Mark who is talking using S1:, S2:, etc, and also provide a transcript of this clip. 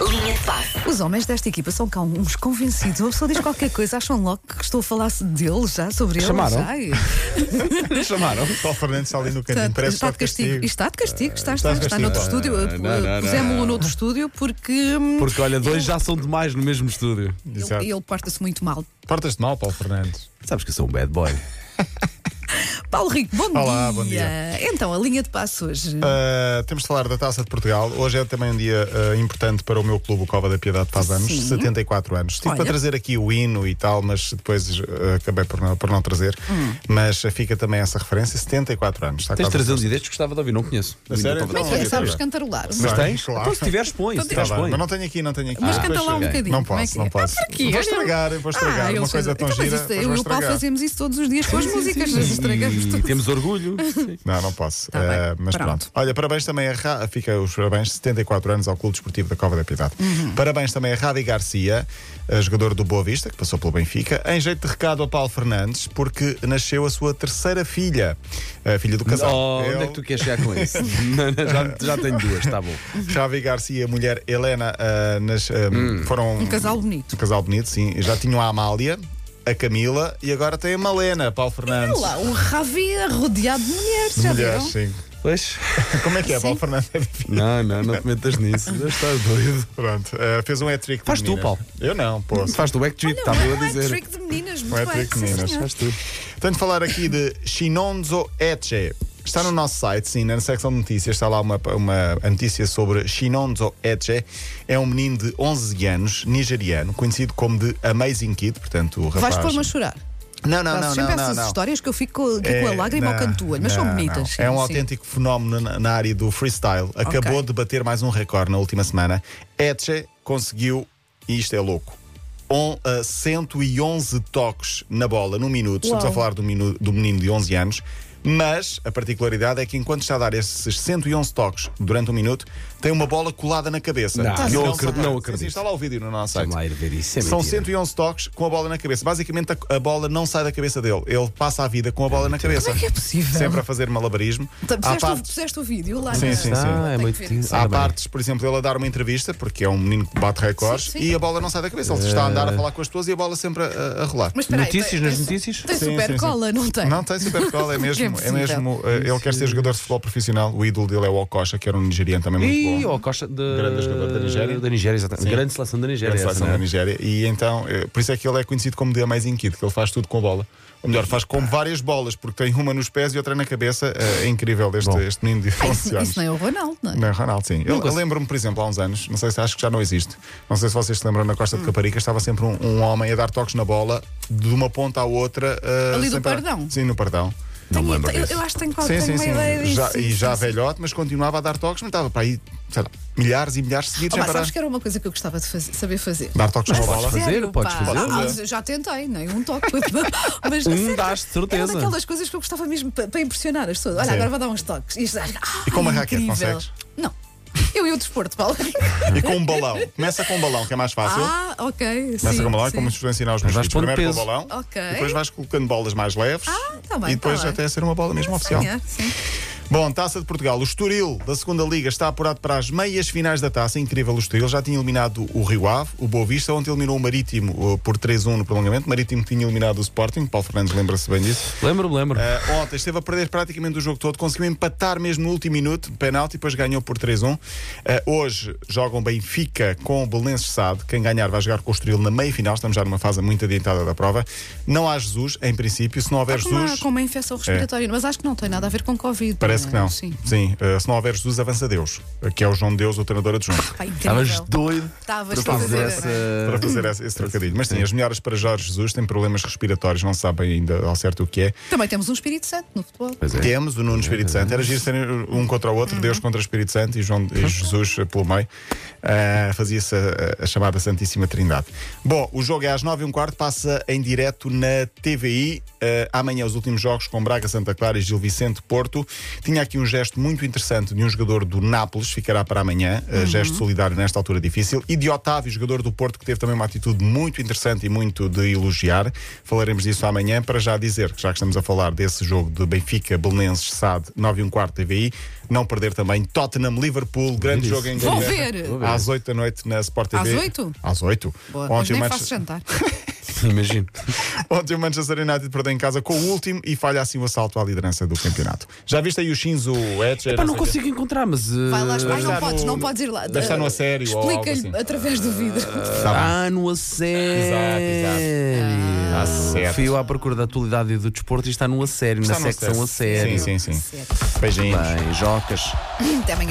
S1: Linha de passe.
S2: Os homens desta equipa são cá uns convencidos. Uma pessoa diz qualquer coisa, acham logo que estou a falar deles já, sobre eles.
S3: Chamaram?
S2: Já. E-
S3: Chamaram?
S4: Só o Fernando está ali no
S2: Está,
S4: cantinho, parece
S2: está
S4: só
S2: de castigo.
S4: castigo.
S2: Está de castigo, está,
S4: Está
S2: está,
S4: de
S2: está, noutro
S4: castigo.
S2: estúdio.
S3: Ah, não, não,
S2: Pusemos-o
S3: não.
S2: noutro estúdio porque, hum,
S3: Porque olha, dois já são demais no mesmo estúdio.
S4: Exato.
S2: ele, ele porta-se muito mal.
S4: Portas-te mal, Paulo Fernandes.
S3: Sabes que eu sou um bad boy.
S2: Paulo Rico, bom,
S4: Olá,
S2: dia.
S4: bom
S2: Então, a linha de passo hoje.
S4: Ah, temos de falar da Taça de Portugal. Hoje é também um dia ah, importante para o meu clube, o Cova da Piedade, faz anos,
S2: Sim.
S4: 74 anos. Estive
S2: Olha.
S4: para trazer aqui o hino e tal, mas depois ah, acabei por não, por não trazer.
S2: Hum.
S4: Mas fica também essa referência, 74 anos. Está
S3: Tens de
S4: quase a
S3: trazer um dia destes? Gostava de ouvir, não conheço.
S4: A sério?
S3: Ainda
S4: Mas
S3: estava-
S4: é,
S2: sabes cantarolar.
S3: Mas
S4: Bem,
S3: tens?
S4: claro.
S3: Então se tiveres, põe. Se
S4: Tá
S3: tiveres,
S4: bem,
S3: põe.
S4: mas não tenho aqui, não tenho aqui.
S2: Mas
S4: Depois
S2: canta lá um
S4: chega.
S2: bocadinho.
S4: Ah, Não
S2: como é
S4: posso,
S2: que
S4: não
S2: é?
S4: posso.
S2: Ah, porquê?
S4: Vou estragar, vou estragar.
S2: eu
S4: Uma
S2: sei-
S4: coisa tão
S2: então, mas
S4: gira.
S2: isto-
S4: depois
S2: Eu
S4: vou
S2: e o Paulo
S4: estragar.
S2: fazemos isso todos os dias com as músicas,
S3: E-
S2: as estragamos
S3: e
S2: tudo.
S3: temos orgulho. Sim.
S4: Não, não posso.
S2: Tá
S4: Eh,
S2: bem,
S4: mas pronto.
S2: pronto.
S4: Olha, parabéns também a Ra... Fica os parabéns, 74 anos ao Clube Desportivo da Cova da Piedade.
S2: Uhum.
S4: Parabéns também a Radi Garcia, eh, jogador do Boa Vista, que passou pelo Benfica. Em jeito de recado ao Paulo Fernandes, porque nasceu a sua terceira filha, a filha do casal.
S3: Oh,
S4: Ele-
S3: Onde é que tu queres chegar com isso? Não, não, já, já tenho duas, está bom.
S4: Javi Garcia, a mulher Helena, ah, nas, ah,
S3: Hum.
S4: foram.
S2: Um casal bonito.
S4: Um casal bonito, sim. Já tinham a Amália, a Camila e agora tem a Malena, Paulo Fernandes.
S2: Olha lá, o Ravi é rodeado de mulheres,
S4: De
S2: já
S4: mulheres,
S2: viram?
S4: sim.
S3: Pois?
S4: Como é que é,
S2: Sim.
S4: Paulo Fernandes? É difícil.
S3: Não, não, não te metas nisso. Já estás doido.
S4: Pronto, ah, fez um hat-trick. de
S3: Faz tu,
S4: meninas.
S3: Paulo.
S4: Eu não, pô.
S3: Faz tu backstreet,
S4: Tá
S2: Olha,
S3: estava eu tá a
S2: um
S3: dizer.
S2: hat-trick de meninas,
S4: Um
S2: muito bem.
S4: hat-trick de
S2: sim,
S4: meninas.
S2: senhor.
S3: Faz tu.
S4: Tenho de falar aqui de Shinonzo Eche. Está no nosso site, sim, na secção de notícias, está lá uma, uma a notícia sobre Shinonzo Eche. É um menino de 11 anos, nigeriano, conhecido como de Amazing Kid, portanto, o rapaz.
S2: Vais pôr-me a chorar.
S4: Não, não,
S2: Fazes
S4: não,
S2: sempre
S4: não,
S2: essas
S4: não, não.
S2: histórias que eu fico com- aqui com a
S4: É,
S2: lágrima ao
S4: não,
S2: canto do olho, mas são
S4: não,
S2: bonitas.
S4: não.
S2: sim,
S4: é um
S2: sim.
S4: autêntico fenómeno na, na área do freestyle. Acabou
S2: Ok.
S4: de bater mais um recorde na última semana. Etche conseguiu, e isto é louco, on, ah, 111 toques na bola num minuto. Estamos
S2: Uau.
S4: a falar do, minu- do menino de 11 anos. Mas a particularidade é que enquanto está a dar esses 111 toques durante um minuto, tem uma bola colada na cabeça.
S3: Não,
S4: Que
S3: não
S4: se
S3: acredito,
S4: vai.
S3: não
S4: Sim,
S3: acredito.
S4: sim, Assim, Está lá o vídeo no nosso site.
S3: Vamos lá ir ver isso. É
S4: São
S3: mentira.
S4: 111 toques com a bola na cabeça. Basicamente, a, a bola não sai da cabeça dele. Ele passa a vida com a bola na cabeça.
S2: Como é que é possível?
S4: Sempre a fazer malabarismo.
S2: Então,
S4: Há
S2: puseste, o,
S4: partes,
S2: puseste o vídeo lá.
S4: Ah, Sim,
S2: na-
S4: sim, sim.
S3: Ah, é
S2: Tenho
S3: muito
S2: que ver isso.
S4: há
S3: Ora bem.
S4: partes, por exemplo, ele a dar uma entrevista, porque é um menino que bate recordes,
S2: Sim, sim.
S4: e a bola não sai da cabeça. Ele está a andar a falar com as pessoas e a bola sempre a, a rolar.
S2: Mas espera aí,
S3: Notícias
S2: tem-
S3: nas
S2: tem-
S3: notícias?
S2: Tem
S4: Sim,
S2: super
S4: sim, sim.
S2: cola, não tem?
S4: Não tem supercola, é
S2: Como
S4: mesmo.
S2: é
S4: É mesmo eh, ele quer ser jogador de futebol profissional. O ídolo dele é o Okocha, que era um nigeriano também muito
S3: E
S4: bom.
S3: o Costa de...
S4: Grande jogador da Nigéria.
S3: Da Nigéria, exatamente.
S4: Sim.
S3: Grande seleção da Nigéria.
S4: Grande
S3: essa,
S4: seleção
S3: não é?
S4: da Nigéria. E então, eh, por isso é que ele é conhecido como The Amazing Kid, que ele faz tudo com a bola. Ou melhor, faz com várias bolas, porque tem uma nos pés e outra na cabeça. Eh, É incrível este,
S3: Bom.
S4: este menino de
S2: Ah,
S4: 11
S2: isso,
S4: anos.
S2: isso não é o Ronaldo, não é?
S4: Não, Ronaldo, sim. Eu, eu lembro-me, por exemplo, há uns anos, não sei se acho que já não existe, não sei se vocês se lembram, na Costa de Caparica estava sempre um, um homem a dar toques na bola de uma ponta à outra. eh,
S2: Ali do
S4: sempre a-
S2: Pardão?
S4: Sim, no Pardão.
S2: Tenho- eu, eu acho que tenho,
S4: sim,
S2: tenho
S4: sim,
S2: uma
S4: sim.
S2: ideia disso.
S4: Já-
S2: sim,
S4: e
S2: sim,
S4: já
S2: sim.
S4: velhote, mas continuava a dar toques, mas estava para aí, sei lá, milhares e milhares seguidos
S2: Oh,
S4: sem
S2: pá,
S4: parar.
S2: sabes que era uma coisa que eu gostava de fazer- saber fazer?
S4: Dar toques na bola.
S3: fazer,
S2: Sério,
S3: podes
S2: pá.
S3: fazer.
S2: Ah, eu já tentei, nem um toque. Mas,
S3: Um
S2: sério,
S3: dás, de certeza.
S2: É uma daquelas coisas que eu gostava mesmo pa- para, impressionar as pessoas. Olha,
S4: Sim.
S2: agora vou dar uns toques. E, isto- ah,
S4: E com uma raquete,
S2: incrível.
S4: consegues?
S2: Não. Eu e o desporto, Paulo.
S4: E com um balão. Começa com um balão, que é mais fácil.
S2: Ah, ok.
S4: Começa
S2: sim,
S4: com um balão, é
S2: sim.
S4: como se vou ensinar os meus
S3: Mas vais
S4: filhos.
S3: pondo
S4: Primeiro com o
S3: peso.
S4: balão,
S2: Ok.
S4: depois vais colocando bolas mais leves
S2: Ah, tá bem,
S4: e depois
S2: tá bem.
S4: até ser uma bola mesmo oficial.
S2: Ganhar, sim.
S4: Bom, Taça de Portugal. O Estoril da segunda Liga está apurado para as meias finais da Taça. Incrível o Estoril. Já tinha eliminado o Rio Ave, o Boa Vista. Ontem eliminou o Marítimo eh, por 3-1 no prolongamento. O Marítimo tinha eliminado o Sporting. Paulo Fernandes lembra-se bem disso.
S3: Lembro-me, lembro.
S4: Eh, ontem esteve a perder praticamente o jogo todo. Conseguiu empatar mesmo no último minuto, penalti, depois ganhou por 3-1. Eh, hoje jogam Benfica com o Belenenses Sade. Quem ganhar vai jogar com o Estoril na meia-final. Estamos já numa fase muito adiantada da prova. Não há Jesus, em princípio. Se não houver
S2: Com uma,
S4: Jesus...
S2: com uma infecção respiratória, mas acho que não tem nada a ver com Covid.
S4: É. Parece que não.
S2: Hum, Sim.
S4: eh, se não houver Jesus, avança Deus, eh, que é o João Deus, o treinador adjunto.
S2: Pá, incrível.
S3: Estavas doido
S2: Estavas
S3: para
S2: para
S3: fazer
S2: fazer,
S3: essa...
S4: para fazer esse, esse trocadilho. Mas sim, as melhoras para Jorge Jesus têm problemas respiratórios, não se sabe ainda ao certo o que é.
S2: Também temos um Espírito Santo no futebol.
S3: Pois é.
S4: Temos o Nuno Espírito Santo. Era giro serem um contra o outro, Deus contra o Espírito Santo e, João,
S3: Uhum.
S4: e Jesus eh, pelo meio. Ah, Fazia-se a, a chamada Santíssima Trindade. Bom, o jogo é às 9 e um quarto, passa em direto na TVI. Ah, amanhã os últimos jogos com Braga, Santa Clara e Gil Vicente Porto. Tinha aqui um gesto muito interessante de um jogador do Nápoles, ficará para amanhã, eh, gesto solidário nesta altura difícil, e de Otávio, jogador do Porto, que teve também uma atitude muito interessante e muito de elogiar. Falaremos disso amanhã, para já dizer que já que estamos a falar desse jogo de Benfica, Belenenses, SAD, 9 e 1 quarto TVI, não perder também Tottenham, Liverpool, grande
S3: Isso.
S4: jogo em
S2: Vou
S4: Inglaterra,
S2: ver.
S4: Às 8 da noite na Sport TV.
S2: Às oito?
S4: Às 8.
S2: Boa, mas nem faço jantar.
S3: Imagino.
S4: Ontem o Manchester United perdeu em casa com o último e falha assim o assalto à liderança do campeonato. Já viste aí o Shinzo assim. Etcher?
S3: Pá, não consigo encontrar, mas. eh,
S2: Vai lá, vai, não
S4: estar
S2: podes,
S4: no-
S2: não podes ir lá. Eh,
S4: deve estar no assédio ou algo
S2: Explica-lhe
S4: assim.
S2: através do vidro.
S4: Tá
S3: Ah, no assédio.
S4: Está certo.
S3: Fui eu à procura da atualidade e do desporto e está no assédio,
S4: Está
S3: na
S4: no
S3: secção
S4: acesso.
S3: assédio.
S4: Sim, sim, sim.
S2: Certo.
S4: Beijinhos.
S3: Bem, jocas.
S2: Até amanhã.